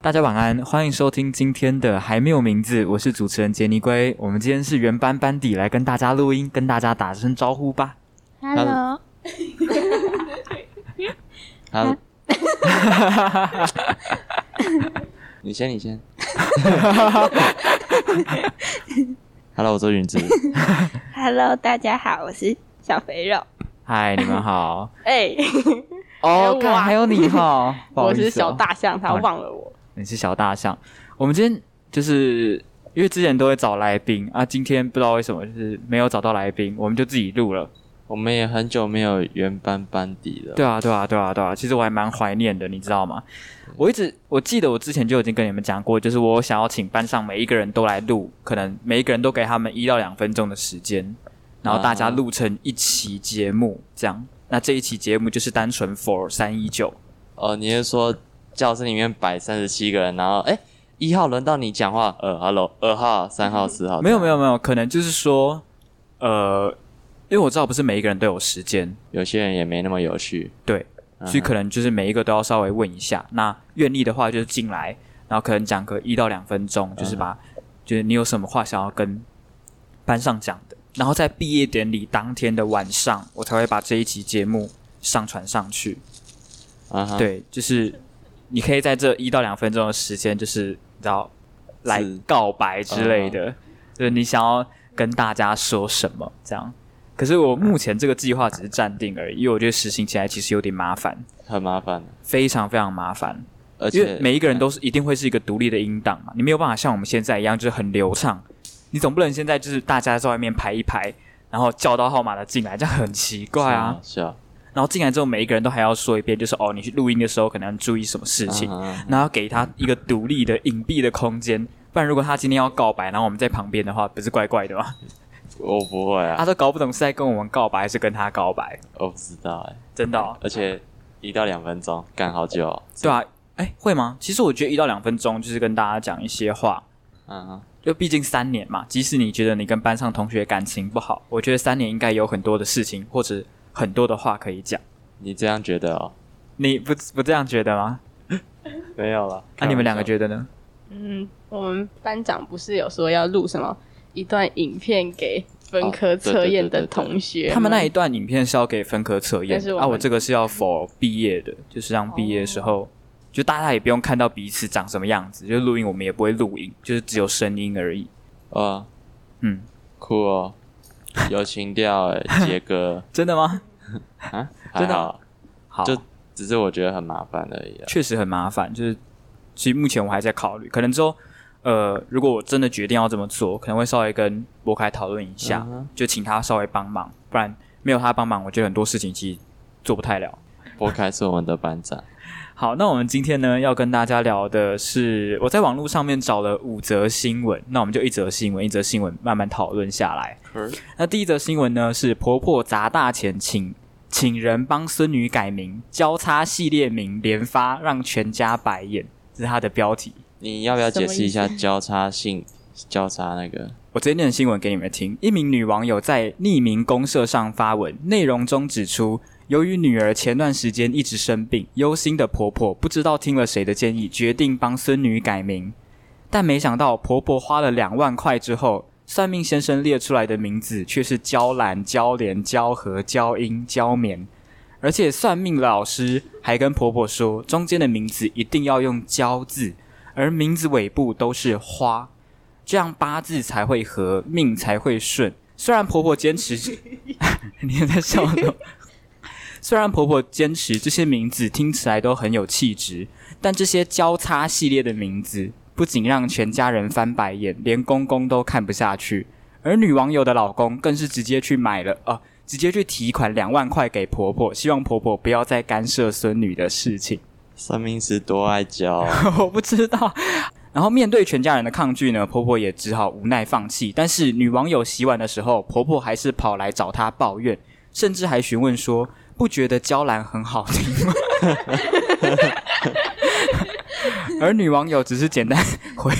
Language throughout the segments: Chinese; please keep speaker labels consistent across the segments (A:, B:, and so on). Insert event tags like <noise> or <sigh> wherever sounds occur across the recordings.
A: 大家晚安，欢迎收听今天的还没有名字，我是主持人杰尼龟。我们今天是原班班底来跟大家录音，跟大家打声招呼吧。
B: Hello，
C: 好， <laughs> 你先，你先。Hello，我周云芝。
B: Hello，大家好，我是小肥肉。
A: 嗨，你们好。
B: 哎、还有
A: <laughs> 哦
B: 我，啊
A: 看还有你 <laughs> 哈，不好
B: 我
A: 意思哦
B: 是小大象，他
A: 好
B: 忘了我。
A: 你是小大象。我们今天就是因为之前都会找来宾啊，今天不知道为什么就是没有找到来宾，我们就自己录了。
C: 我们也很久没有原班班底了。
A: 对啊，对啊，对啊，对啊。其实我还蛮怀念的，你知道吗？我一直我记得我之前就已经跟你们讲过，就是我想要请班上每一个人都来录，可能每一个人都给他们一到两分钟的时间，然后大家
C: 啊
A: 录成一期节目这样。那这一期节目就是单纯 for 三一九，
C: 哦，你是说教室里面摆三十七个人，然后哎，一、号轮到你讲话，呃，Hello，二号、三号、四号，
A: 没有没有，没有，可能就是说，呃，因为我知道不是每一个人都有时间，
C: 有些人也没那么有趣。
A: 对，
C: 嗯
A: 所以可能就是每一个都要稍微问一下。那愿意的话就是进来，然后可能讲个一到两分钟，就是把、
C: 嗯
A: 就是你有什么话想要跟班上讲的，然后在毕业典礼当天的晚上，我才会把这一期节目上传上去。
C: 啊哈，
A: 对，就是你可以在这一到两分钟的时间，就是你知道来
C: 是嗯
A: 告白之类的，就是你想要跟大家说什么这样。可是我目前这个计划只是暂定而已，因为我觉得实行起来其实有点麻烦，
C: 很麻烦，
A: 非常非常麻烦。
C: 而
A: 因
C: 且
A: 为每一个人都是一定会是一个独立的音档嘛，你没有办法像我们现在一样就是很流畅，你总不能现在就是大家在外面排一排，然后叫到号码的进来，这样很奇怪啊。
C: 是啊，
A: 然后进来之后，每一个人都还要说一遍，就是哦，你去录音的时候可能要注意什么事
C: 是啊
A: 情，
C: 啊哈啊哈
A: 然后给他一个独立的隐蔽的空间。不然，如果他今天要告白，然后我们在旁边的话，不是怪怪的
C: <laughs>
A: 吗？
C: 我不会啊
A: 他，都搞不懂是在跟我们告白，还是跟他告白，
C: 我不知道哎，
A: 真的、哦？
C: 而且一到两分钟，干好久哦。
A: 对啊，哎，会吗？其实我觉得一到两分钟就是跟大家讲一些话，
C: 嗯哼，
A: 就毕竟三年嘛，即使你觉得你跟班上同学感情不好，我觉得三年应该有很多的事情或者很多的话可以讲。
C: 你这样觉得哦？
A: 你不不这样觉得吗？
C: 没有了。
A: 那、啊你们两个觉得呢？
B: 嗯，我们班长不是有说要录什么一段影片给分
A: 哦
B: 科测验的同学、
A: 他们那一，段影片是要给分科测验
B: 但是我们
A: 啊，我这个是要否毕业的，就是让毕业的时候，就大家也不用看到彼此长什么样子，就录音我们也不会录音，就是只有声音而已。
C: 啊，
A: 嗯，
C: 酷哦，有情调哎，杰哥
A: 真的吗？
C: 啊，
A: <laughs> 真
C: 还
A: 的
C: 好，
A: 好，
C: 就只是我觉得很麻烦而已啊。
A: 确实很麻烦，就是其实目前我还在考虑，可能之后呃，如果我真的决定要这么做，可能会稍微跟博凯讨论一下，
C: 嗯哼
A: 就请他稍微帮忙，不然没有他帮忙，我觉得很多事情其实做不太了。
C: 波凯是我们的班长，
A: 好，那我们今天呢要跟大家聊的是，我在网络上面找了五则新闻，那我们就一则新闻一则新闻慢慢讨论下来。那第一则新闻呢是婆婆砸大钱请请人帮孙女改名，交叉系列名连发让全家白眼，这是她的标题。
C: 你要不要解释一下交叉性交叉那个？
A: 我直接念新闻给你们听。一名女网友在匿名公社上发文，内容中指出，由于女儿前段时间一直生病，忧心的婆婆不知道听了谁的建议，决定帮孙女改名。但没想到，婆婆花了两万块之后，算命先生列出来的名字却是娇兰、娇莲、娇和、娇英、娇棉，而且算命老师还跟婆婆说，中间的名字一定要用“娇”字，而名字尾部都是“花”。这样八字才会合，命才会顺。虽然婆婆坚持， <laughs> 你在笑什么？虽然婆婆坚持这些名字听起来都很有气质，但这些交叉系列的名字不仅让全家人翻白眼，连公公都看不下去。而女网友的老公更是直接去买了啊、呃直接去提款两万块给婆婆，希望婆婆不要再干涉孙女的事情。
C: 算命师多爱教哦，
A: <laughs> 我不知道。然后面对全家人的抗拒呢，婆婆也只好无奈放弃。但是女网友洗碗的时候，婆婆还是跑来找她抱怨，甚至还询问说：“不觉得娇兰很好听吗？” <laughs> 而女网友只是简单回，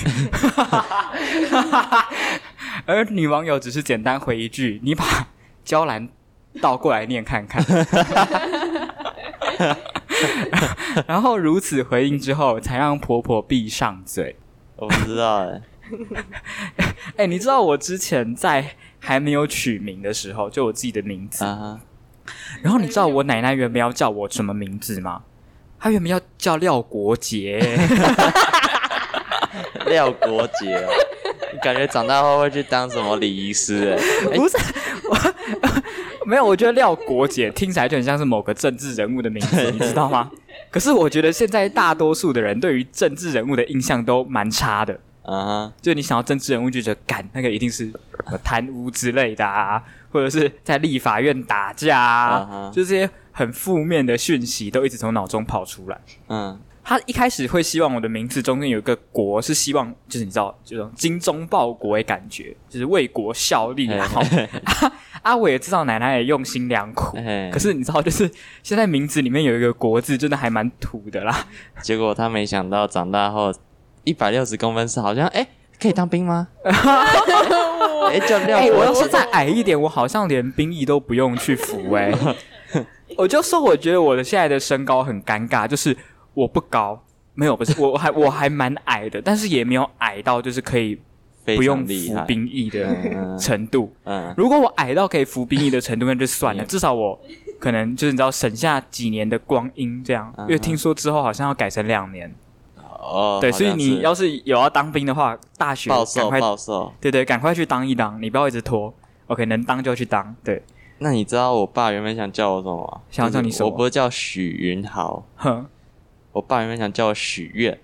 A: 而女网友只是简单回一句：“你把娇兰倒过来念看看。”然后如此回应之后，才让婆婆闭上嘴。
C: 我不知道哎、
A: 哎，你知道我之前在还没有取名的时候，就我自己的名字，
C: 啊哈，
A: 然后你知道我奶奶原本要叫我什么名字吗？她原本要叫廖国杰。
C: 廖国杰、
A: <laughs>
C: 哦，感觉长大后会去当什么礼仪师哎、
A: 不是我，哎 <laughs> 没有，我觉得廖国杰听起来就很像是某个政治人物的名字，你知道吗？ <laughs> 可是我觉得现在大多数的人对于政治人物的印象都蛮差的，
C: 啊
A: 就是你想要政治人物就觉得干那个一定是什么贪污之类的啊，或者是在立法院打架啊
C: 嗯哼
A: 就这些很负面的讯息都一直从脑中跑出来。
C: 哈，嗯，
A: 他一开始会希望我的名字中间有一个“国”，是希望就是你知道，这种精忠报国的感觉，就是为国效力 <laughs> 啊。阿伟也知道奶奶也用心良苦，
C: 哎
A: 可是你知道，就是现在名字里面有一个“国”字，真的还蛮土的啦。
C: 结果他没想到长大后一百六十公分是好像哎、可以当兵
A: <laughs>
C: 吗？哎、叫廖
A: 哎、我
C: 国
A: 要
C: 杰
A: 是再矮一点，我好像连兵役都不用去
C: <laughs>
A: 服哎、我就说，我觉得我的现在的身高很尴尬，就是我不高，没有不是，我我还我还蛮矮的，但是也没有矮到就是可以
C: 非
A: 不用
C: 常厉
A: 服
C: 害，
A: 兵役的
C: 嗯
A: 程度。
C: 嗯
A: 如果我矮到可以服兵役的程度，那就
C: <laughs>
A: 算了，
C: 嗯
A: 至少我可能就是你知道省下几年的光阴这样，因为
C: 嗯哼
A: 听说之后好像要改成两年，
C: 哦，
A: 对，
C: 好
A: 所以
C: 像
A: 你
C: 是
A: 要是有要当兵的话，大学
C: 暴
A: 赶
C: 瘦
A: 快，
C: 暴瘦。
A: 对对，赶快去当一当，你不要一直拖。OK，能当就去当，对，
C: 那你知道我爸原本想叫我什么吗？
A: 想要叫你什么
C: 我不是叫许云豪，
A: 哼，
C: 我爸原本想叫我许愿，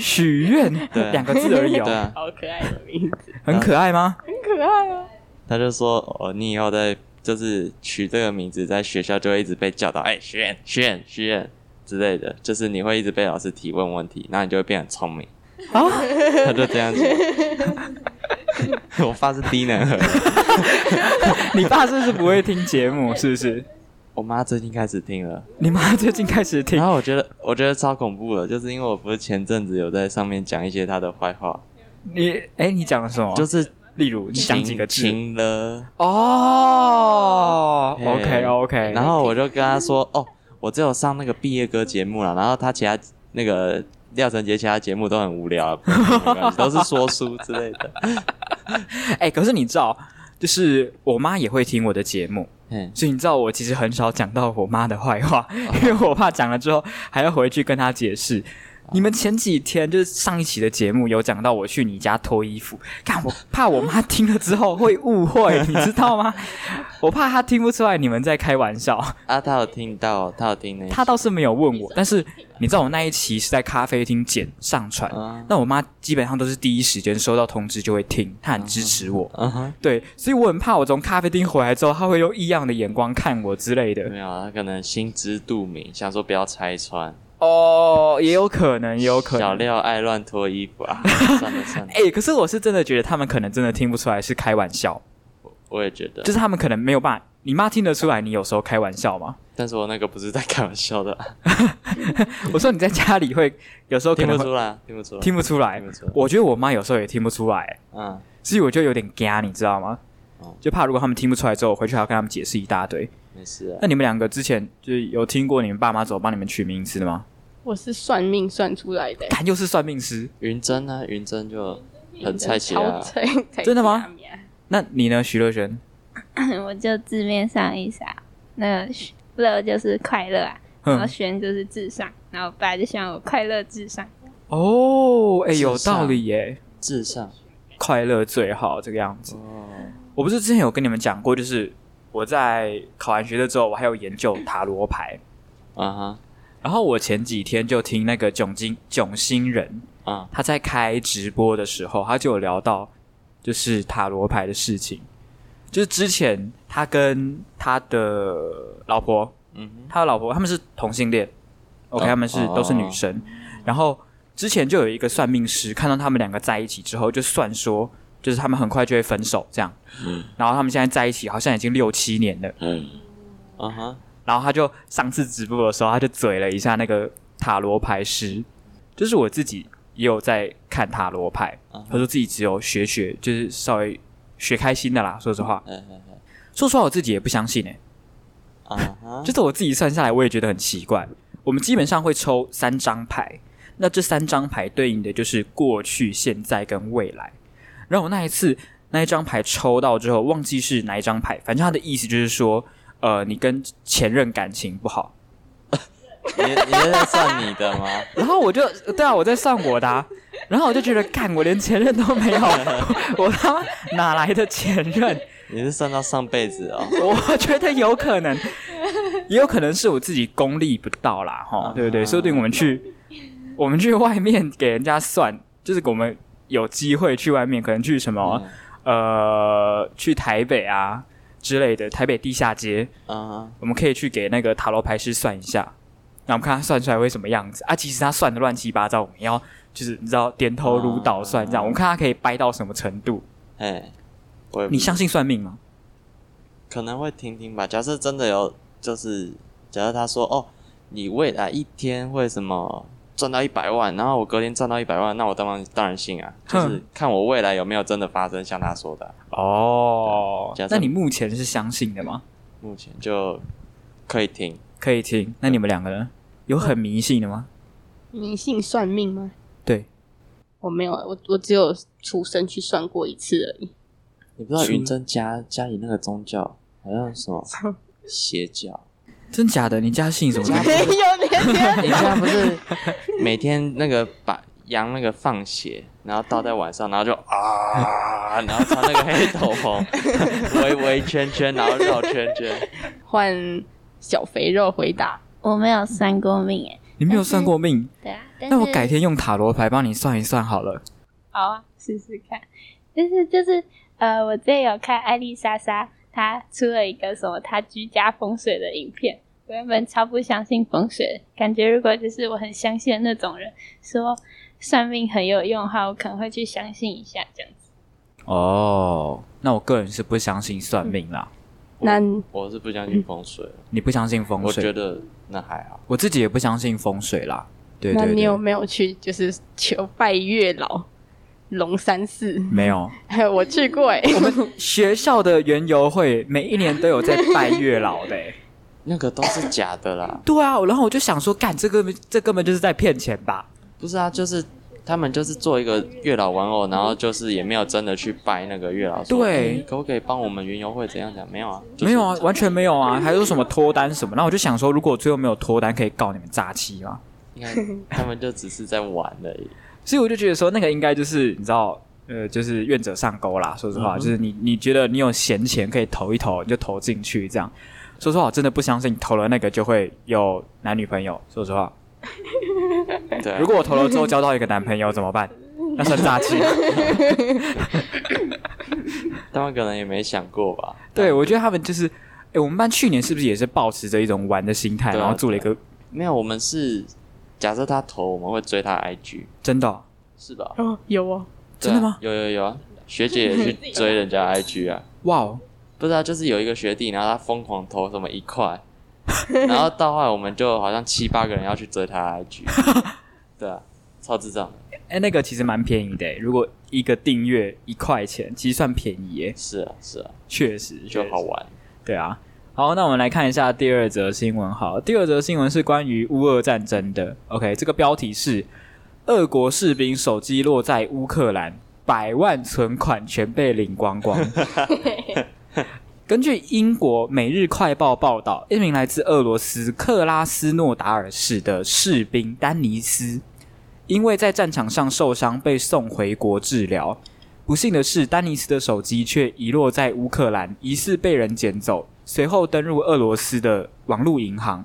A: 许愿
C: 对啊
A: 两个字而已
C: 对
A: 哦，
C: 啊，
B: 好可爱的名字，
A: 很可爱吗？
B: 很可爱啊！
C: 他就说哦，你以后在就是取这个名字，在学校就会一直被叫到，哎、许愿许愿许愿之类的，就是你会一直被老师提问问题，然后你就会变很聪明。
A: 啊，
C: <laughs> 他就这
A: <laughs>
C: 样子。我爸是低能儿，
A: 你爸是不是不会听节目？是不是？
C: 我妈最近开始听了，
A: 你妈最近开始听
C: 然，后我觉得我觉得超恐怖的，就是因为我不是前阵子有在上面讲一些她的坏话，
A: 你哎，你讲了什么？
C: 就是
A: 例如你讲几个字？
C: 情了。
A: 哦
C: 嘿
A: ，OK OK，
C: 然后我就跟他说，
A: 哎
C: 哦，我只有上那个毕业歌节目了，然后他其他那个廖承杰其他节目都很无聊
A: <laughs>
C: 啊，不用听没关系都是说书之类的。
A: 哎、可是你知道，就是我妈也会听我的节目，
C: 嗯，
A: 所以你知道我其实很少讲到我妈的坏话，因为我怕讲了之后还要回去跟她解释。你们前几天就是上一期的节目有讲到我去你家脱衣服，看我怕我妈听了之后会误 <laughs> 会，你知道吗？我怕她听不出来你们在开玩笑。
C: 啊，他有听到，他有听那一
A: 他
C: 集
A: 倒是没有问我，但是你知道我那一期是在咖啡厅剪上传
C: 啊，
A: 那我妈基本上都是第一时间收到通知就会听，她很支持我，
C: 嗯哼，
A: 对，所以我很怕我从咖啡厅回来之后，她会用异样的眼光看我之类的。
C: 没有啊，他可能心知肚明，想说不要拆穿。
A: 哦，也有可能，也有可
C: 小
A: 能。
C: 廖爱乱脱衣服
A: <laughs>
C: 啊，算了算了，
A: 哎、可是我是真的觉得他们可能真的听不出来是开玩笑，
C: 我也觉得
A: 就，是他们可能没有办法。你妈听得出来你有时候开玩笑
C: <laughs>
A: 吗？
C: 但是我那个不是在开玩笑的，
A: 我说你在家里会有时候可
C: 听
A: 能
C: 不
A: 会
C: 出来，听不出来，
A: 听不出来
C: 听不出来，
A: 我觉得我妈有时候也听不出来、
C: 嗯，
A: 所以我就有点尬，你知道吗
C: 哦？
A: 就怕如果他们听不出来之后，我回去还要跟他们解释一大堆。
C: 没事啊
A: 那，你们两个之前就是有听过你们爸妈怎么帮你们取名字的吗？
B: 我是算命算出来的、
C: 哎
A: 看，又是算命师。
C: 云珍呢？云珍就很菜奇
B: 超 <laughs>
C: 啊，
B: 菜，菜
A: 真的吗
B: 假名？
A: 那你呢，徐乐轩？
D: <laughs> 我就字面上意思啊，那个乐就是快乐啊，
B: 嗯
D: 然后
A: 哼，
D: 轩就是至上，然后我爸就希望我快乐至上。
A: 哦，哎、
C: 至
A: 有
C: 上
A: 道理耶，
C: 至上
A: 快乐最好这个样子。
C: 哦，
A: 我不是之前有跟你们讲过，就是我在考完学的之后，我还有研究塔罗牌。
C: 啊哈，
A: 然后我前几天就听那个囧金囧星人
C: 啊，
A: 他在开直播的时候，他就有聊到就是塔罗牌的事情，就是之前他跟他的老婆，
C: 嗯哼，
A: 他的老婆他们是同性恋，OK，、
C: 哦
A: 他们是、
C: 哦
A: 都是女生，然后之前就有一个算命师看到他们两个在一起之后，就算说就是他们很快就会分手这样，
C: 嗯
A: 然后他们现在在一起好像已经六七年了，
C: 啊哈，
A: 然后他就上次直播的时候，他就嘴了一下那个塔罗牌师，就是我自己也有在看塔罗牌
C: 嗯哼，
A: 他说自己只有学学，就是稍微学开心的啦。说实话，
C: 哎哎哎
A: 说实话我自己也不相信诶、欸
C: 啊哈，
A: 就是我自己算下来，我也觉得很奇怪。我们基本上会抽三张牌，那这三张牌对应的就是过去、现在跟未来。然后我那一次那一张牌抽到之后，忘记是哪一张牌，反正他的意思就是说，呃，你跟前任感情不好。
C: 你你是在算你的吗？
A: 然后我就对啊，我在算我的、啊，然后我就觉得，干，我连前任都没有， <laughs> 我他妈哪来的前任？
C: 你是算到上辈子哦？
A: <laughs> 我觉得有可能，也有可能是我自己功力不到啦，哈，对不对？说不定我们去，我们去外面给人家算，就是我们有机会去外面，可能去什么、
C: 嗯
A: 呃，去台北啊之类的，台北地下街，
C: 嗯，
A: 我们可以去给那个塔罗牌师算一下，那我们看他算出来会什么样子啊？其实他算的乱七八糟，我们要就是你知道点头如捣蒜这样，我们看他可以掰到什么程度。
C: 哎，我也不
A: 你相信算命吗？
C: 可能会听听吧。假设真的有，就是假设他说哦，你未来一天会什么赚到一百万，然后我隔天赚到一百万，那我当然当然信啊，就是
A: 哼
C: 看我未来有没有真的发生像他说的啊、
A: 哦
C: 对假设
A: 那你目前是相信的吗？
C: 目前就可以听，
A: 可以听。那你们两个呢？有很迷信的吗？
B: 迷信算命吗？
A: 对，
B: 我没有，我我只有出生去算过一次而已。
C: 你不知道
A: 是
C: 云珍家家里那个宗教好像什么邪教，
A: 真假的？你家信什么东西？
B: <laughs> 没有，你还
C: 你家不是每天那个把羊那个放血，然后倒在碗上，然后就啊，然后穿那个黑斗篷， <laughs> 围围圈圈，然后绕圈圈。
B: <laughs> 换小肥肉回答。
D: 我没有算过命哎，
A: 你没有算过命？
D: 对啊，但
A: 那我
D: 是
A: 改天用塔罗牌帮你算一算好了。
D: 好啊，试试看。但是就是呃，我之前有看艾丽莎莎，她出了一个什么她居家风水的影片。我原本超不相信风水的，感觉如果就是我很相信的那种人，说算命很有用的话，我可能会去相信一下这样子。
A: 哦，那我个人是不相信算命啦。
B: 那
C: 我是不相信风水，
A: 你不相信嗯风
C: 我
A: 水？
C: 觉得那还好。
A: 我自己也不相信风水啦。对
B: 那
A: 对
B: 你有
A: 对，
B: 没有去就是求拜月老龙山寺？
A: 没有。
B: <laughs> 我去过
A: <laughs>
B: 哎、
A: 我们学校的园游会每一年都有在拜月老的、欸。
C: 那个都是假的啦，
A: <laughs> 对啊，然后我就想说，干这个这根本就是在骗钱吧？
C: 不是啊，就是他们就是做一个月老玩偶，然后就是也没有真的去拜那个月老说，
A: 对
C: 哎可不可以帮我们云游会怎样讲？没有啊，就是
A: 没有啊，完全没有啊，还有什么脱单什么？那我就想说，如果我最后没有脱单，可以告你们诈欺吗？<laughs>
C: 你看他们就只是在玩而已。
A: 所以我就觉得说，那个应该就是你知道，呃，就是愿者上钩啦。说实话，
C: 嗯哼
A: 就是你你觉得你有闲钱可以投一投，你就投进去这样。说实话，我真的不相信投了那个就会有男女朋友。说实话，
C: 对啊，
A: 如果我投了之后交到一个男朋友怎么 <laughs> 办？那算诈欺。
C: 他们可能也没想过吧。
A: 对，我觉得他们就是，哎，我们班去年是不是也是保持着一种玩的心态，
C: 对啊
A: 然后做了一个
C: 没有，我们是假设他投，我们会追他 IG，
A: 真的哦
C: 是吧？
B: 哦，有哦，
A: 真的吗
C: 对啊有有有啊，学姐也去追人家 IG 啊。
A: 哇哦，
C: 不知道，就是有一个学弟，然后他疯狂投什么一
A: <laughs>
C: 块，然后到后来我们就好像七八个人要去追
A: <laughs>
C: 他 IG，对啊，超智障的，
A: 哎，那个其实蛮便宜的，如果一个订阅一块钱，其实算便宜耶，
C: 是啊是啊，
A: 确实
C: 就好。
A: 确实
C: 玩。
A: 对啊，好，那我们来看一下第二则新闻。好，第二则新闻是关于乌俄战争的。OK，这个标题是：俄国士兵手机落在乌克兰，百万存款全被领光光。根据英国《每日快报》报道，一名来自俄罗斯克拉斯诺达尔市的士兵丹尼斯，因为在战场上受伤被送回国治疗。不幸的是，丹尼斯的手机却遗落在乌克兰，疑似被人捡走。随后登入俄罗斯的网络银行，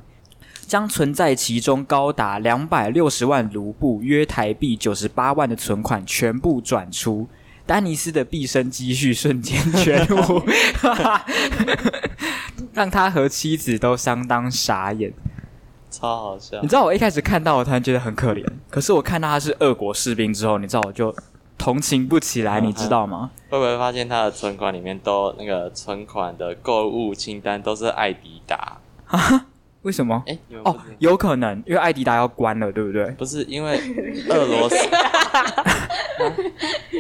A: 将存在其中高达两百六十万卢布（约台币九十八万）的存款全部转出。丹尼斯的毕生积蓄瞬间全无， <laughs> 让他和妻子都相当傻眼。
C: 超好笑
A: 你，知道我一开始看到我突然觉得很可怜，可是我看到他是俄国士兵之后，你知道我就同情不起来，
C: 嗯哼
A: 你知道吗？
C: 会不会发现他的存款里面都那个存款的购物清单都是艾迪达？
A: 为什么？
C: 哎，你们不
A: 哦
C: 知道，
A: 有可能，因为艾迪达要关了，对不对？
C: 不是
A: <laughs>
C: 因为俄罗斯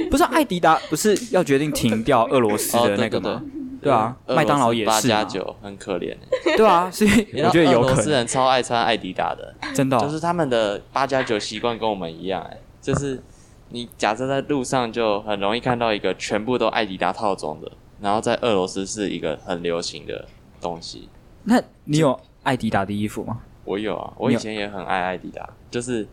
A: 不是艾迪达不是要决定停掉俄罗斯
C: 哦，
A: 的
C: 对
A: 那个
C: 对哦对
A: 吗？，对啊，麦当劳也
C: 八
A: 是
C: 加
A: 嘛，
C: 九很可怜欸，
A: 对啊，所以
C: 你知
A: 我
C: 道
A: 觉得
C: 俄
A: 有
C: 罗
A: 可
C: 斯
A: 能
C: 人超爱穿艾迪达的，
A: <laughs> 真的哦、
C: 就是他们的八加九习惯跟我们一样，哎，就是你假设在路上就很容易看到一个全部都艾迪达套装的，然后在俄罗斯是一个很流行的东西。
A: 那你有艾迪达的衣服吗？
C: 我有啊，我
A: 你
C: 以
A: 有
C: 前也很爱艾迪达，就是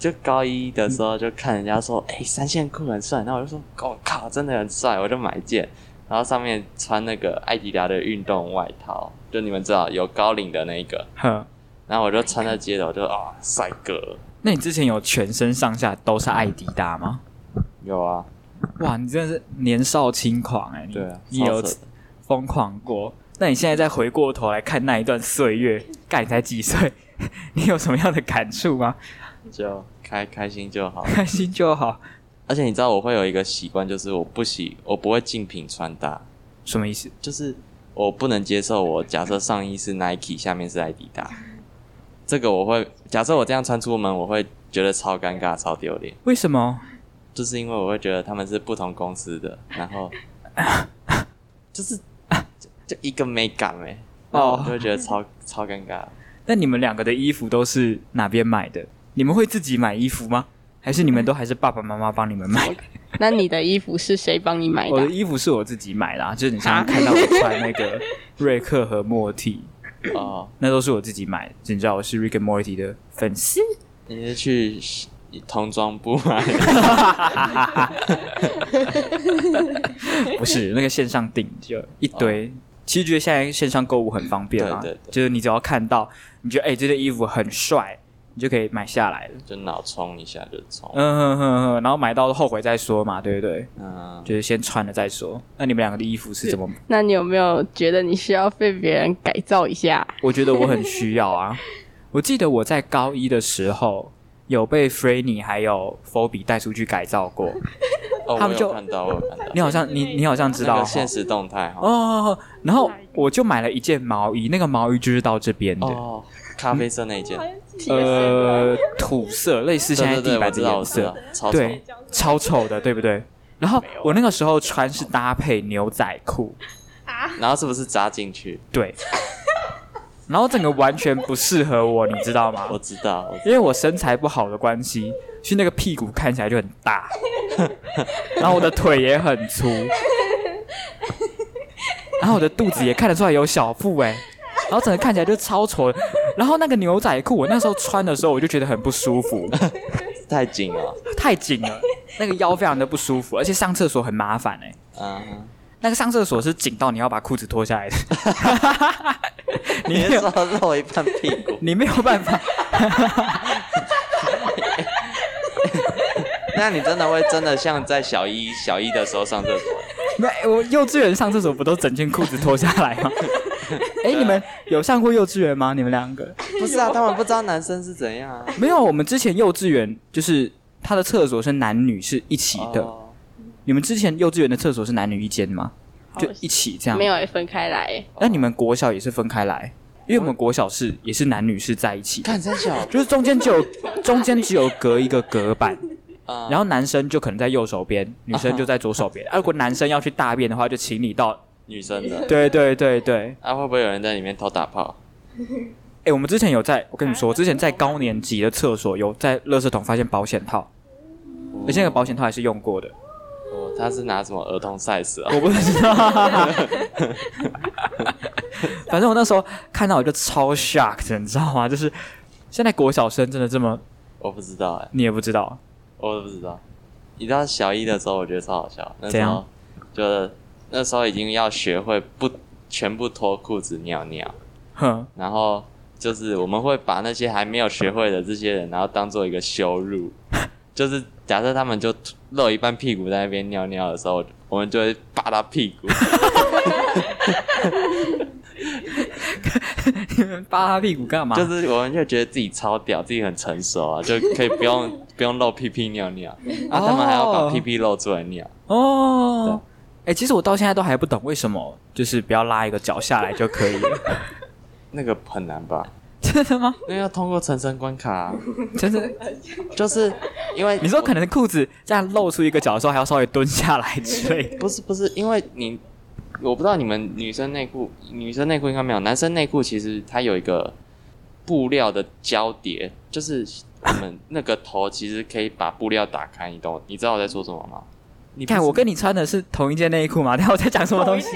C: 就高一的时候就看人家说，哎、三线裤很帅，然后我就说，我靠，真的很帅，我就买一件，然后上面穿那个艾迪达的运动外套，就你们知道有高领的那一个，
A: 呵，
C: 然后我就穿在街头就啊，帅哥，
A: 那你之前有全身上下都是艾迪达吗？
C: 有啊，
A: 哇，你真的是年少轻狂哎、你
C: 对啊，
A: 你有
C: 超扯的
A: 疯狂过？那你现在再回过头来看那一段岁月，干你才几岁， <laughs> 你有什么样的感触吗？
C: 就开开心就好。 <laughs>
A: 开心就好，
C: 而且你知道我会有一个习惯，就是我不喜我不会竞品穿搭，
A: 什么意思？
C: 就是我不能接受我假设上衣是 Nike，下面是艾迪达，这个我会假设我这样穿出门，我会觉得超尴尬、超丢脸，
A: 为什么？
C: 就是因为我会觉得他们是不同公司的，然 <laughs> 后就是就就一个美感哎、然后我
A: 哦
C: 就会觉得超超尴 <laughs> 尬。
A: 那你们两个的衣服都是哪边买的？你们会自己买衣服吗？还是你们都还是爸爸妈妈帮你们买？
B: <laughs> 那你的衣服是谁帮你买的
A: 我
B: 啊
A: 的？衣服是我自己买的、啊，就是你刚刚看到我穿那个瑞克和莫蒂，
C: 哦，
A: 那都是我自己买的。你知道我是 Rick and Morty 的粉丝，
C: 你是去童装部买的？
A: 不是那个线上订就一堆。其实觉得现在线上购物很方便啊，
C: 哦对对对
A: 就是你只要看到，你觉得哎、这件衣服很帅，你就可以买下来了。
C: <laughs> 就脑冲一下就冲。
A: 嗯哼哼哼，然后买到后悔再说嘛，对不对？
C: 嗯，
A: 就是先穿了再说。那你们两个的衣服是怎么？
B: 那你有没有觉得你需要被别人改造一下？
A: 我觉得我很需要啊。我记得我在高一的时候有被 Franny 还有 Phoebe 带出去改造过。
C: 哦，
A: 他
C: 我
A: 们就
C: 有看到，我有看到，
A: 你好像你你好像知
C: 那
A: 道
C: 个
A: 哦
C: 现实动态哈。
A: 哦哦，哦然后我就买了一件毛衣，那个毛衣就是到这边的，
C: 哦，咖啡色那一件，
D: 哦
A: 呃，土色，类似
C: 对
A: 现在
C: 对对，
A: 地
C: 我
A: 板的
C: 知道，
A: 颜
C: 我知道
A: 色，，
C: 超丑。
A: 对，超丑的，对不对？然后我那个时候穿是搭配牛仔裤，
C: 然后是不是扎进去？
A: 对，然后整个完全不适合我，你知道吗？
C: 我知道，我知
A: 因为我身材不好的关系，所以那个屁股看起来就很大， <laughs> 然后我的腿也很粗，然后我的肚子也看得出来有小腹哎、然后整个看起来就超丑的。然后那个牛仔裤，我那时候穿的时候我就觉得很不舒服，
C: 道太紧 <laughs> 了。
A: 太紧了，那个腰非常的不舒服，而且上厕所很麻烦哎、
C: 嗯，
A: 那个上厕所是紧到你要把裤子脱下来的，你
C: 你
A: 没
C: 是
A: 有，？
C: 说露一半屁股 <laughs>
A: 你没有办法，
C: 那你真的会真的像在小一小一的时候上厕所？
A: <laughs> 那我幼稚园上厕所不都整件裤子脱下来吗？哎、你们有上过幼稚园吗？你们两个
C: <laughs> 不是啊，他们不知道男生是怎样啊。
A: 没有？我们之前幼稚园就是他的厕所是男女是一起的。
C: 哦
A: 你们之前幼稚园的厕所是男女一间吗？就一起这样？
B: 哦没。有欸分开来欸，
A: 那你们国小也是分开来？因为我们国小是也是男女是在一起的，
C: 看真小，
A: 就是中间只有中间只有隔一个隔板，
C: 啊
B: 哦
C: 然
A: 然后男生就可能在右手边，女生就在左手
B: <laughs>
A: 边。啊如果男生要去大便的话，就请你到。
C: 女生的，
A: 对对对对。
C: 啊，会不会有人在里面偷打炮？
A: 哎、我们之前有在，我跟你说，之前在高年级的厕所有在垃圾桶发现保险套，而且那个保险套还是用过的，
C: 哦，他是拿什么儿童 size 啊？
A: 我不知道。 <laughs> 反正我那时候看到我就超 shocked，你知道吗？就是现在国小生真的这么，
C: 我不知道哎。
A: 你也不知道，
C: 我都不知道。你知道小一的时候，我觉得超好笑。那
A: 怎
C: 时候
A: 样
C: 就是那时候已经要学会不全部脱裤子尿尿，
A: <laughs> 哼，
C: 然后就是我们会把那些还没有学会的这些人，然后当做一个羞
A: <laughs>
C: 辱。就是假设他们就露一半屁股在那边尿尿的时候，我们就会扒他屁
A: <laughs>
C: 股。
A: 扒他屁股干嘛？
C: 就是我们就觉得自己超屌，自己很成熟啊，就可以不用
A: <laughs>
C: 不用露屁屁尿尿，然后他们还要把
A: 哦
C: 屁屁露出来尿。
A: 哦，哎、其实我到现在都还不懂为什么，就是不要拉一个脚下来就可以了，
C: 那个很难吧？
A: 真的吗？
C: 那要通过层层关卡、啊。
A: 真的？
C: 就是因为
A: 你说
C: 我
A: 可能裤子这样露出一个脚的时候，还要稍微蹲下来之类的。
C: 不是不是，因为你我不知道你们女生内裤，女生内裤应该没有，男生内裤其实它有一个布料的交叠，就是我们那个头其实可以把布料打开，你懂？你知道我在说什么吗？你不
A: 看
C: 是
A: 我跟你穿的是同一件内裤嘛？ <laughs> 然后我在讲什么东西？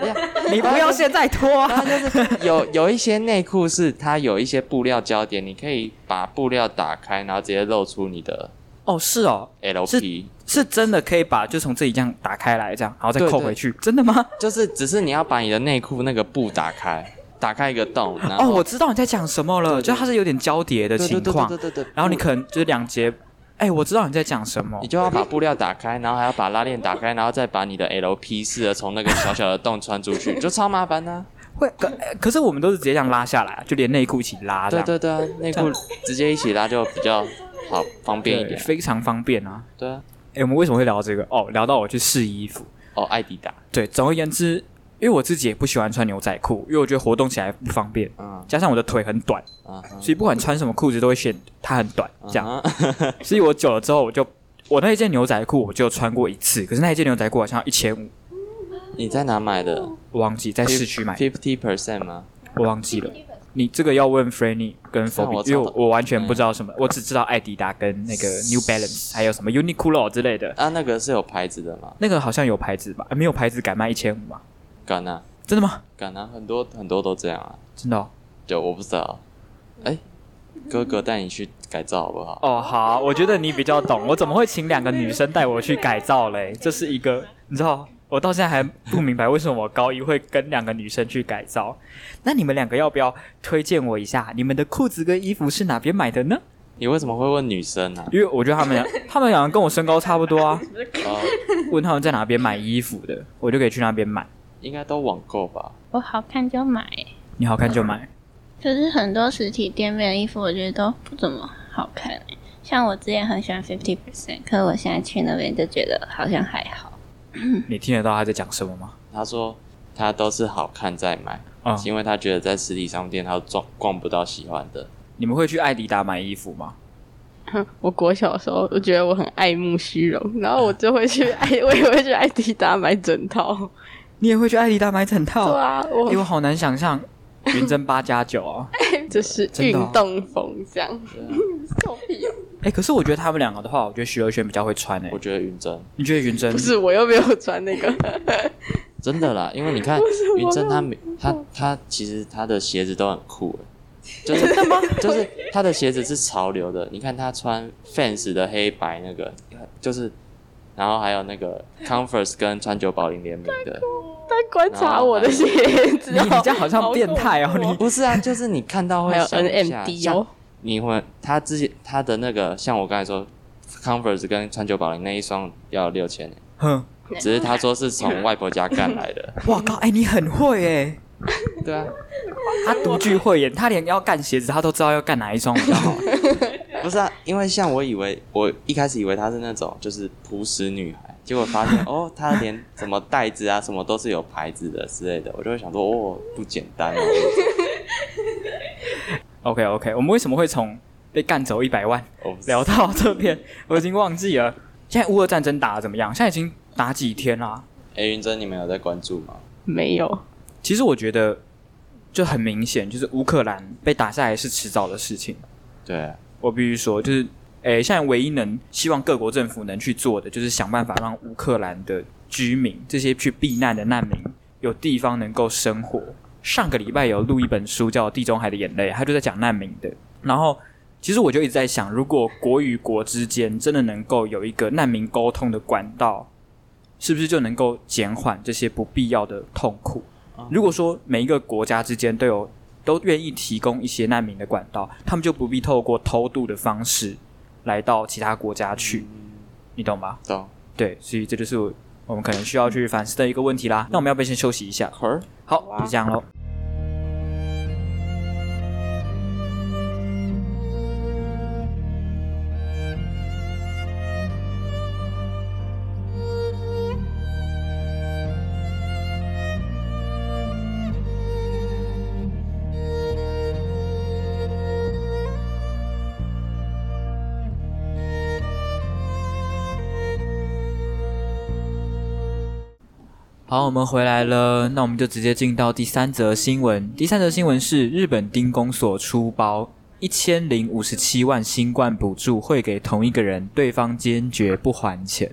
C: 哎呀
A: <laughs> 你不要现在
C: <laughs>
A: 脱啊！
C: <laughs> 有有一些内裤是它有一些布料交叠，你可以把布料打开，然后直接露出你的
A: 哦，是哦，
C: L
A: 是
C: P，
A: 是真的可以把就从这里这样打开来，这样然后再
C: 对
A: 扣
C: 对
A: 回去，真的吗？
C: 就是只是你要把你的内裤那个布打开，打开一
A: <laughs>
C: 个洞，然
A: 哦，
C: 后
A: 我知道你在讲什么了，
C: 对对
A: 就它是有点交叠的
C: 对对
A: 情
C: 对
A: 况
C: 对，对对对，
A: 然后你可能就是两节，哎，我知道你在讲什么
C: 你，就要把布料打开，然后还要把拉链打开，然后再把你的 L P 试着从那个小小的洞穿出去，就超麻烦的啊、
A: 会可哎可是我们都是直接这样拉下来，就连内裤一起拉，这
C: 对
A: 样
C: 对对啊，内裤直接一起拉就比较好方便一
A: 对
C: 点。
A: 非常方便啊。
C: 对啊，
A: 哎，我们为什么会聊这个？哦，聊到我去试衣服，
C: 哦，艾迪达，
A: 对，总而言之，因为我自己也不喜欢穿牛仔裤，因为我觉得活动起来不方便，
C: 嗯
A: 加上我的腿很短，
C: 嗯哼，
A: 所以不管穿什么裤子都会显它很短，这样。
C: 嗯哼，
A: 所以我久了之后，我就我那一件牛仔裤我就穿过一次，可是那一件牛仔裤好像一千五，
C: 你在哪买的？
A: 我忘记在市区买，
C: fifty percent 吗？
A: 我忘记了。你这个要问 Franny 跟 f o
C: 我
A: b
C: 操
A: i 因为我我嗯完全不知道什么，我只知道艾迪达跟那个 New Balance，还有什么 Uniqlo 之类的，
C: 啊，那个是有牌子的吗？
A: 那个好像有牌子吧？啊没有牌子敢卖一千五吗？
C: 敢啊，
A: 真的吗？
C: 敢啊，很多很多都这样啊。
A: 真的哦，
C: 就我不知道，哎、哥哥带你去改造好不好？
A: 哦好，我觉得你比较懂，我怎么会请两个女生带我去改造嘞？这是一个，你知道，我到现在还不明白为什么我高一会跟两个女生去改造。那你们两个要不要推荐我一下，你们的裤子跟衣服是哪边买的呢？
C: 你为什么会问女生呢、啊？
A: 因为我觉得他们俩，他们两个跟我身高差不多啊，
C: 哦，
A: 问他们在哪边买衣服的，我就可以去那边买，
C: 应该都网购吧？
D: 我好看就买，欸
A: 你好看就买。
D: 可是很多实体店面的衣服我觉得都不怎么好看、欸。像我之前很喜欢 Fifty Percent，可是我现在去那边就觉得好像还好。
A: 你听得到他在讲什么吗？
C: 他说他都是好看再买，
A: 啊、
C: 是因为他觉得在实体商店他逛逛不到喜欢的。
A: 你们会去艾迪达买衣服吗？
B: 我国小的时候，我觉得我很爱慕虚荣，然后我就会去
A: <laughs>
B: 爱，我也会去爱迪达买整
A: 哦
B: 套。
A: 你也会去艾迪达买整套？
B: 对啊，
A: 哎，我
B: 我
A: 好难想象云珍八加九哦。
B: 就是
A: 真
B: 运
A: 的哦
B: 动风这样。
C: 对啊
B: 臭屁哦！
A: 哎、可是我觉得他们两个的话，我觉得徐若瑄比较会穿哎、
C: 我觉得云珍
A: 你觉得云珍
B: 不？是，我又没有穿那
A: <laughs>
B: 个。
C: 真的啦，因为你看
B: 么
C: 云珍她
B: 那么
C: 每她她其实她的鞋子都很酷欸，就是就是她的鞋子是潮流的。你看她穿 Fans 的黑白那个，就是然后还有那个 Converse 跟川久保玲联名的，
B: 他观察我的鞋子
A: 你
B: 哦，
A: 你这样好像变态哦！你
C: 不是啊，就是你看到会
B: 还有
C: 想一下
B: NMD 哦，
C: 你会她之前她的那个像我刚才说 Converse 跟川久保玲那一双要六
A: <laughs>
C: 千欸，
A: 哼，
C: 只是她说是从外婆家干
A: <laughs>
C: 来的，
A: 哇靠！哎、你很会哎、
C: 对啊。
A: 他独具慧眼，他连要干鞋子，他都知道要干哪一双比较好。
C: 不是啊，因为像我以为，我一开始以为她是那种就是朴实女孩，结果发
A: <laughs>
C: 现哦，她连什么袋子啊什么都是有牌子的之类的，我就会想说哦，不简单
A: <laughs>
C: 哦。
A: OK OK，我们为什么会从被干走一百万
C: 我不知
A: 聊到这边？我已经忘记了。现在乌俄战争打得怎么样？现在已经打几天啦、
C: 哎，云珍，你们有在关注吗？
B: 没有。
A: 其实我觉得就很明显，就是乌克兰被打下来是迟早的事情。
C: 对啊，
A: 我必须说，就是诶，现在唯一能希望各国政府能去做的，就是想办法让乌克兰的居民这些去避难的难民有地方能够生活。上个礼拜有录一本书叫《地中海的眼泪》，他就在讲难民的。然后，其实我就一直在想，如果国与国之间真的能够有一个难民沟通的管道，是不是就能够减缓这些不必要的痛苦？如果说每一个国家之间都有都愿意提供一些难民的管道，他们就不必透过偷渡的方式来到其他国家去，你懂吗？
C: 懂。
A: 对，所以这就是我我们可能需要去反思的一个问题啦。那我们要不要先休息一下？
C: 可儿，
A: 好，就这样喽。好，我们回来了，那我们就直接进到第三则新闻。第三则新闻是日本丁公所出包一千零五十七万新冠补助汇给同一个人，对方坚决不还钱。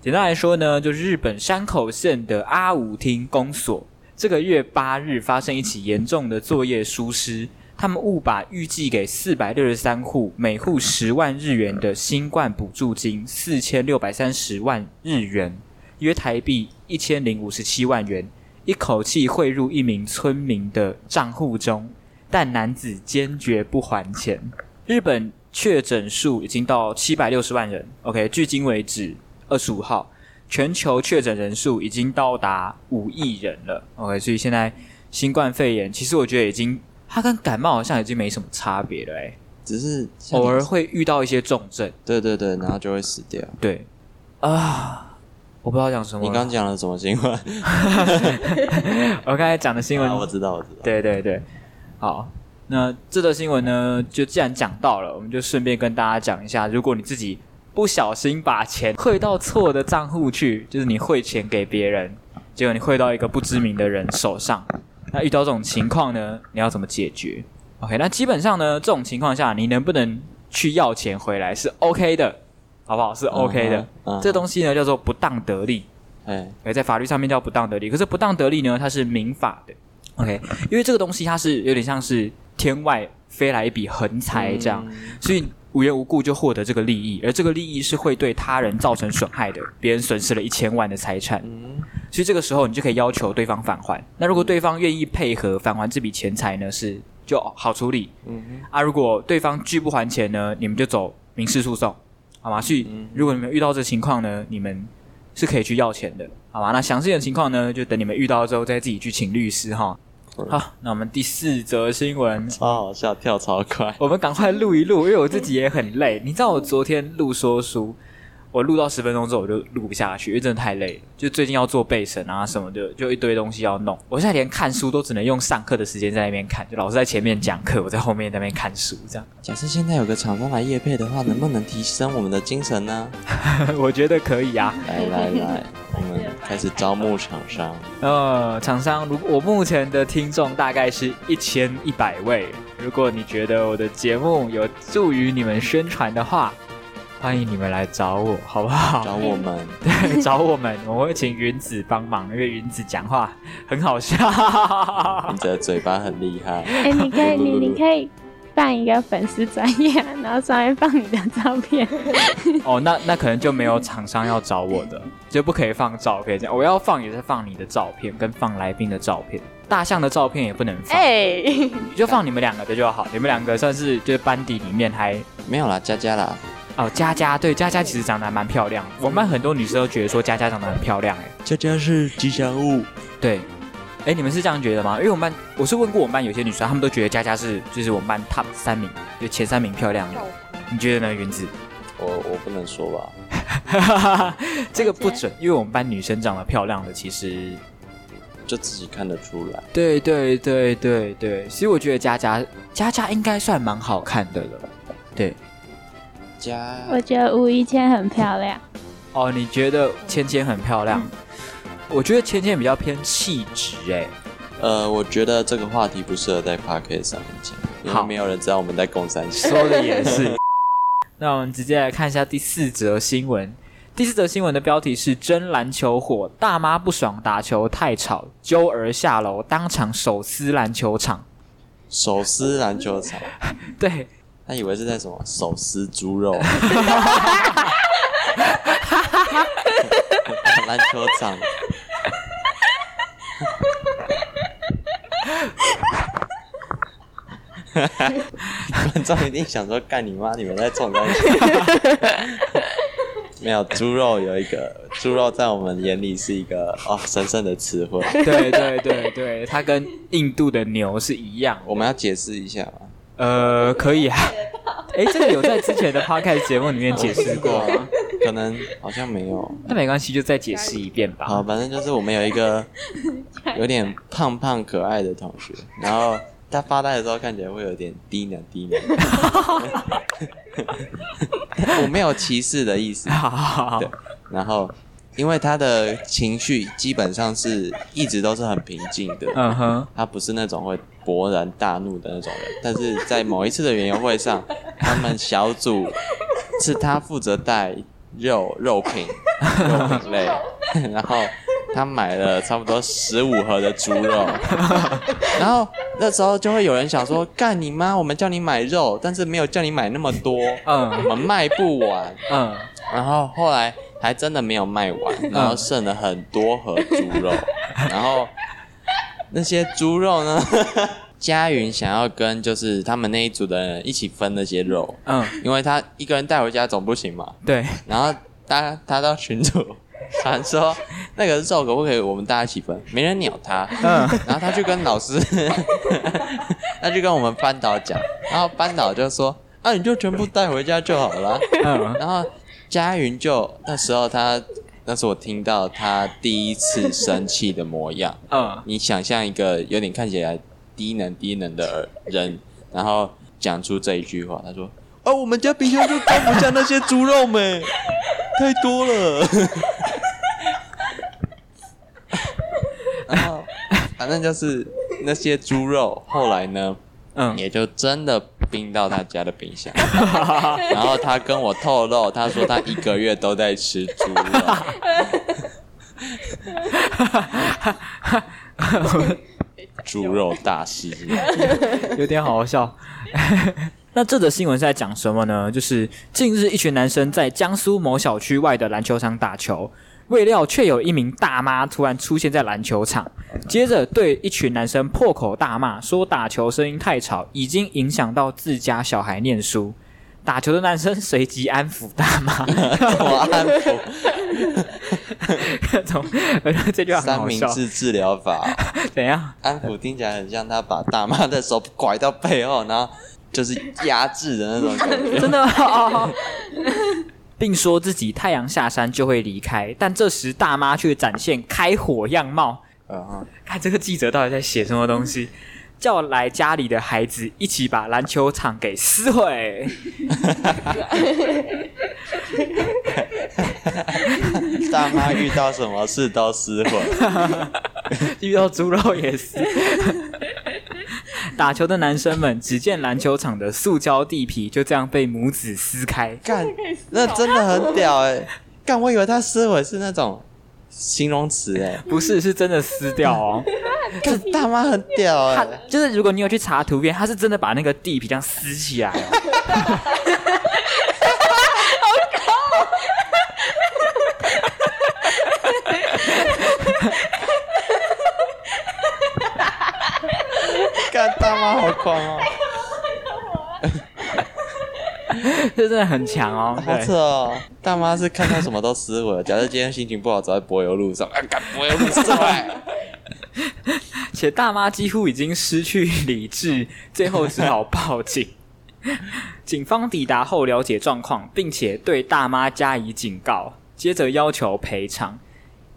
A: 简单来说呢，就是日本山口县的阿武町公所，这个月八日发生一起严重的作业疏失，他们误把预计给四百六十三户每户十万日元的新冠补助金四千六百三十万日元，约台币一千零五十七万元，一口气汇入一名村民的账户中，但男子坚决不还钱。日本确诊数已经到七百六十万人，OK，距今为止二十五号，全球确诊人数已经到达五亿人了，OK，所以现在新冠肺炎其实我觉得已经它跟感冒好像已经没什么差别了、欸，
C: 只是像
A: 偶尔会遇到一些重症，
C: 对对对，然后就会死掉。
A: 对啊，我不知道讲什么
C: 你
A: 了，
C: 刚讲了什么新闻？
A: <laughs> 我刚才讲的新闻
C: <laughs> 啊我知道，我知道。
A: 对对对，好，那这则新闻呢，就既然讲到了，我们就顺便跟大家讲一下，如果你自己不小心把钱汇到错的账户去，就是你汇钱给别人，结果你汇到一个不知名的人手上，那遇到这种情况呢，你要怎么解决？OK，那基本上呢，这种情况下，你能不能去要钱回来是 OK 的，好不好？是 OK 的。
C: 嗯哼嗯哼
A: 这东西呢叫做不当得利。
C: 哎，
A: 哎，在法律上面叫不当得利，可是不当得利呢，它是民法的，OK，因为这个东西它是有点像是天外飞来一笔横财这
C: 嗯
A: 样，所以无缘无故就获得这个利益，而这个利益是会对他人造成损害的，别人损失了一千万的财产，
C: 嗯，
A: 所以这个时候你就可以要求对方返还。那如果对方愿意配合返还这笔钱财呢，是就好处理，
C: 嗯
A: 啊，如果对方拒不还钱呢，你们就走民事诉讼，好吗？去，如果你们遇到这情况呢，你们是可以去要钱的，好吗？那详细的情况呢，就等你们遇到之后再自己去请律师哈。好，那我们第四则新闻，
C: 超好笑，跳超快。
A: 我们赶快录一录，因为我自己也很累。你知道我昨天录说书，我录到十分钟之后我就录不下去，因为真的太累了。就最近要做备审啊什么的，就一堆东西要弄。我现在连看书都只能用上课的时间在那边看，就老师在前面讲课，我在后面在那边看书这样。
C: 假设现在有个厂商来夜配的话，能不能提升我们的精神呢？
A: <laughs> 我觉得可以啊。
C: 来
A: <laughs>
C: 来来，我们开始招募厂商。
A: 呃，厂商，如我目前的听众大概是一千一百位。如果你觉得我的节目有助于你们宣传的话，欢迎你们来找我，好不好？
C: 找我们，
A: 对， <laughs> 找我们，我会请云子帮忙，因为云子讲话很好笑。
C: 你的嘴巴很厉害。
D: 哎、你可以，你你可以办一个粉丝专业， <laughs> 然后上面放你的照片。
A: <laughs> 哦，那那可能就没有厂商要找我的，就不可以放照片。这样，我要放也是放你的照片，跟放来宾的照片，大象的照片也不能放。
B: 哎、
A: 你就放你们两个的就好，你们两个算是就是班底里面还
C: 没有啦，佳佳啦，
A: 哦，佳佳对佳佳其实长得还蛮漂亮，我们班很多女生都觉得说佳佳长得很漂亮哎、
C: 佳佳是吉祥物。
A: 对，哎、你们是这样觉得吗？因为我们班我是问过我们班有些女生，她们都觉得佳佳是就是我们班 top 三名，就前三名漂亮的，你觉得呢，云子？ <laughs>
C: 我我不能说吧，
A: 这个不准，因为我们班女生长得漂亮的其实
C: 就自己看得出来。
A: 对对对对对，其实我觉得佳佳佳佳应该算蛮好看的了，对。
C: 佳，
D: 我觉得吴一谦很漂亮，
A: 哦，你觉得芊芊很漂亮？我觉得芊芊比较偏气质哎。
C: 呃，我觉得这个话题不适合在 p o d c a s t 上面讲，因为
A: 好
C: 没有人知道我们在共三
A: <laughs>
C: 小。
A: 说的也是。那我们直接来看一下第四则新闻。第四则新闻的标题是“真篮球火，大妈不爽打球太吵，揪儿下楼，当场手撕篮球场
C: 手撕篮球场，”。
A: 对，
C: 他以为是在什么手撕猪肉。啊篮球场，观众一定想说：“干你妈！你们在冲东西。” <laughs> 没有猪肉有一个猪肉在我们眼里是一个哦神圣的词汇，
A: 对对对对，它跟印度的牛是一样。
C: 我们要解释一下嘛。
A: 呃，可以啊。诶，这个有在之前的 podcast 节目里面解释过啊吗？
C: 可能好像没有。
A: 那没关系，就再解释一遍吧。
C: 好，反正就是我们有一个有点胖胖可爱的同学，然后他发呆的时候看起来会有点低能低能。 <laughs> 我没有歧视的意思。
A: 好好好好
C: 对，然后因为他的情绪基本上是一直都是很平静的，
A: 嗯哼，
C: 他不是那种会勃然大怒的那种人，但是在某一次的园游会上，他们小组是他负责带肉肉品肉品类，然后他买了差不多十五盒的猪肉，然后那时候就会有人想说，干你妈！我们叫你买肉，但是没有叫你买那么多，
A: 嗯
C: 我们卖不完。
A: 嗯，
C: 然后后来还真的没有卖完，然后剩了很多盒猪肉，然后那些猪肉呢， <laughs> 佳云想要跟就是他们那一组的人一起分那些肉，
A: 嗯，
C: 因为他一个人带回家总不行嘛，
A: <laughs> 对，
C: 然后他他到群主传说那个肉可不可以我们大家一起分，没人鸟他，
A: 嗯
C: 然后他就跟老师， <laughs> 他就跟我们班导讲，然后班导就说啊你就全部带回家就好了。啊
A: 嗯
C: 然后佳云就那时候他，那是我听到他第一次生气的模样。
A: 嗯
C: 你想象一个有点看起来低能低能的人，然后讲出这一句话，他说：“哦，我们家冰箱就装不下那些猪肉没，太多了。” <laughs> 然后反正就是那些猪肉，后来呢？
A: 嗯，
C: 也就真的冰到他家的冰箱。 <laughs> 然后他跟我透露，他说他一个月都在吃猪肉。猪肉大师，
A: 有点好笑。 <laughs> 那这则新闻是在讲什么呢？就是近日，一群男生在江苏某小区外的篮球场打球，未料却有一名大妈突然出现在篮球场，接着对一群男生破口大骂，说打球声音太吵，已经影响到自家小孩念书。打球的男生随即安抚大 <laughs> 妈，
C: 我安抚
A: 从这句话很
C: 三
A: 好
C: 明
A: 笑。 <laughs>
C: 治治疗法，
A: 怎样？
C: 安抚听起来很像他把大妈的手拐到背后，然后就是压制的那种感
A: <laughs>
C: 觉。
A: 真的哦，并说自己太阳下山就会离开，但这时大妈却展现开火样貌。
C: 然后
A: 看这个记者到底在写什么东西？叫来家里的孩子一起把篮球场给撕毁。 <laughs>
C: 大妈遇到什么事都撕毁，
A: 遇到猪肉也是。打球的男生们只见篮球场的塑胶地皮就这样被母子撕开，
C: 干，那真的很屌哎、干，我以为他撕毁是那种形容词哎、
A: 不是是真的撕掉哦。
C: 干大妈很屌哎、
A: 他就是如果你有去查图片，他是真的把那个地皮这样撕起来哦。
C: 干大妈好狂哦，
A: 这真的很强哦，
C: 好
A: 对
C: 扯哦！大妈是看到什么都撕毁了。假设今天心情不好，走在柏油路上，啊，啊干柏油路撕坏，
A: <laughs> 且大妈几乎已经失去理智，最后只好报
C: <laughs>
A: 警。警方抵达后了解状况，并且对大妈加以警告，接着要求赔偿。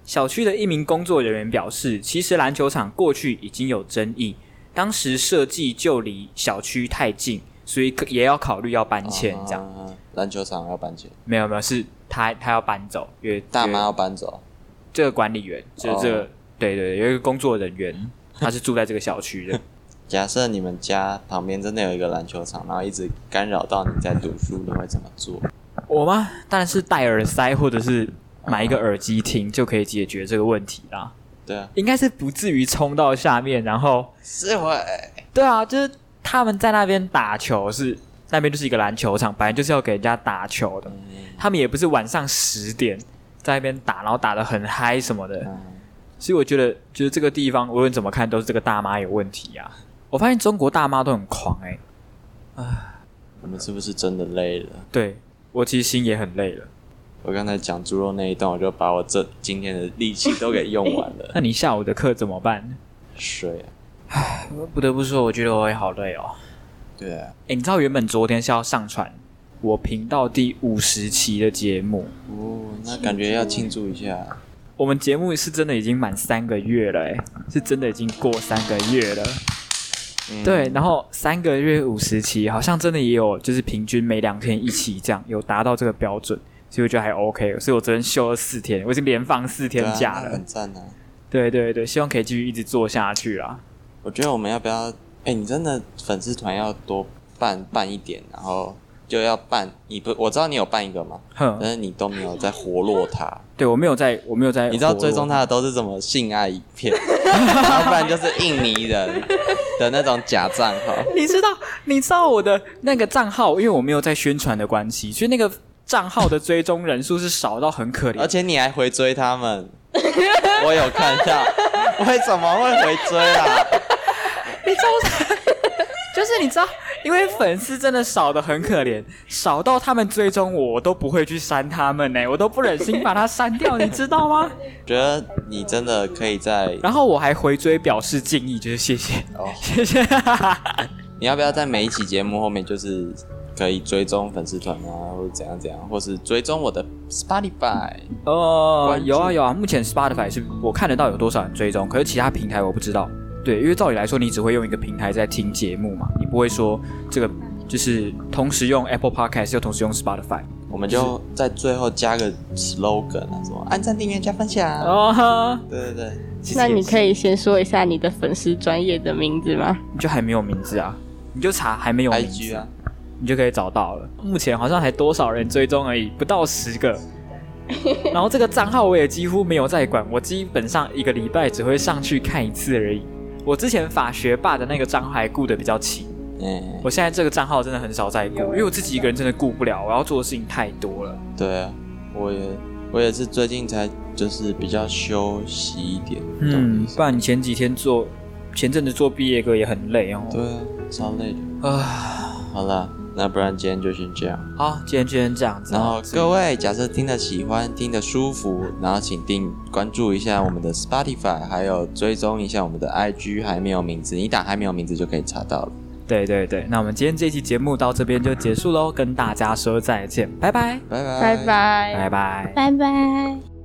A: 小区的一名工作人员表示，其实篮球场过去已经有争议，当时设计就离小区太近，所以可也要考虑要搬迁。这样、
C: 啊篮球场要搬迁，
A: 没有没有，是他他要搬走，因为
C: 大
A: 因为
C: 妈要搬走，
A: 这个管理员，就是这个、
C: 哦
A: 对对，对有一个工作人员，他是住在这个小区的。
C: 假设你们家旁边真的有一个篮球场，然后一直干扰到你在读书，你会怎么做？
A: 我吗？当然是戴耳塞或者是买一个耳机听就可以解决这个问题啦。
C: 对啊，
A: 应该是不至于冲到下面，然后
C: 撕毁，
A: 对啊，就是他们在那边打球是那边就是一个篮球场，本来就是要给人家打球的。他们也不是晚上十点在那边打，然后打得很嗨什么的。
C: 嗯，
A: 所以我觉得，就是这个地方，无论怎么看，都是这个大妈有问题啊。我发现中国大妈都很狂哎、
C: 我们是不是真的累了？
A: 对我其实心也很累了。
C: 我刚才讲猪肉那一段，我就把我这今天的力气都给用完了。
A: <laughs> 那你下午的课怎么办？
C: 睡啊，
A: 不得不说，我觉得我也好累哦。
C: 对啊，
A: 诶，你知道原本昨天是要上传我频道第五十期的节目，
C: 哦，那感觉要庆祝一下。
A: 我们节目是真的已经满三个月了，诶，是真的已经过三个月了。
C: 嗯
A: 对，然后三个月五十期，好像真的也有，就是平均每两天一期这样，有达到这个标准。所以我觉得还 OK。所以我昨天休了四天，我已经连放四天
C: 对啊
A: 假
C: 那
A: 了。
C: 很赞啊！
A: 对对对，希望可以继续一直做下去啦。
C: 我觉得我们要不要？哎、你真的粉丝团要多办办一点，然后就要办。你不，我知道你有办一个嘛，
A: 哼，
C: 但是你都没有在活
A: <laughs>
C: 络它。
A: 对我没有在，我没有在，
C: 你知道追踪他的都是什么性爱影
A: <laughs>
C: 片，要不然就是印尼人的那种假账号。
A: <laughs> 你知道，你知道我的那个账号，因为我没有在宣传的关系，所以那个账号的追踪人数是少到很可怜。
C: 而且你还回追他们， <laughs> 我有看到， <laughs> 为什么会回追啊？
A: 你知道， <laughs> 就是你知道，因为粉丝真的少的很可怜，少到他们追踪我，我都不会去删他们呢、我都不忍心把它删掉，你知道
C: <laughs>
A: 吗？
C: 觉得你真的可以在，
A: 然后我还回追表示敬意，就是谢谢，
C: 哦
A: 谢谢。
C: <laughs> 你要不要在每一期节目后面就是可以追踪粉丝团啊，或者怎样怎样，或是追踪我的 Spotify？
A: 哦
C: 关，注
A: 有啊有啊，目前 Spotify 是我看得到有多少人追踪，可是其他平台我不知道。对，因为照理来说，你只会用一个平台在听节目嘛，你不会说这个就是同时用 Apple Podcast 又同时用 Spotify。
C: 我们就在最后加个 slogan 啊，什么按赞、订阅、加分享。
A: 哦哈，
C: 对对对，
A: 其实
B: 那你
A: 也是
B: 可以先说一下你的粉丝专业的名字吗？
A: 你就还没有名字啊，你就查还没有名字
C: IG 啊，，
A: 你就可以找到了。目前好像还多少人追踪而已，不到十
C: <laughs>
A: 个。然后这个账号我也几乎没有在管，我基本上一个礼拜只会上去看一次而已。我之前法学霸的那个账号还顾得比较勤，
C: 嗯，
A: 我现在这个账号真的很少在顾，因为我自己一个人真的顾不了，我要做的事情太多了。
C: 对啊，我也我也是最近才就是比较休息一点，懂
A: 嗯
C: 意，思
A: 不然你前几天做，前阵子做毕业歌也很累哦。
C: 对啊，超累的。
A: 啊，
C: 好啦，那不然今天就先这样。
A: 好，今天就先这样子哦。
C: 然后各位，假设听得喜欢、听得舒服，然后请订关注一下我们的 Spotify，还有追踪一下我们的 IG，还没有名字，你打还没有名字就可以查到了。
A: 对对对，那我们今天这期节目到这边就结束喽，跟大家说再见，拜拜，
C: 拜拜，
B: 拜。拜。
A: 拜拜。
D: 拜拜。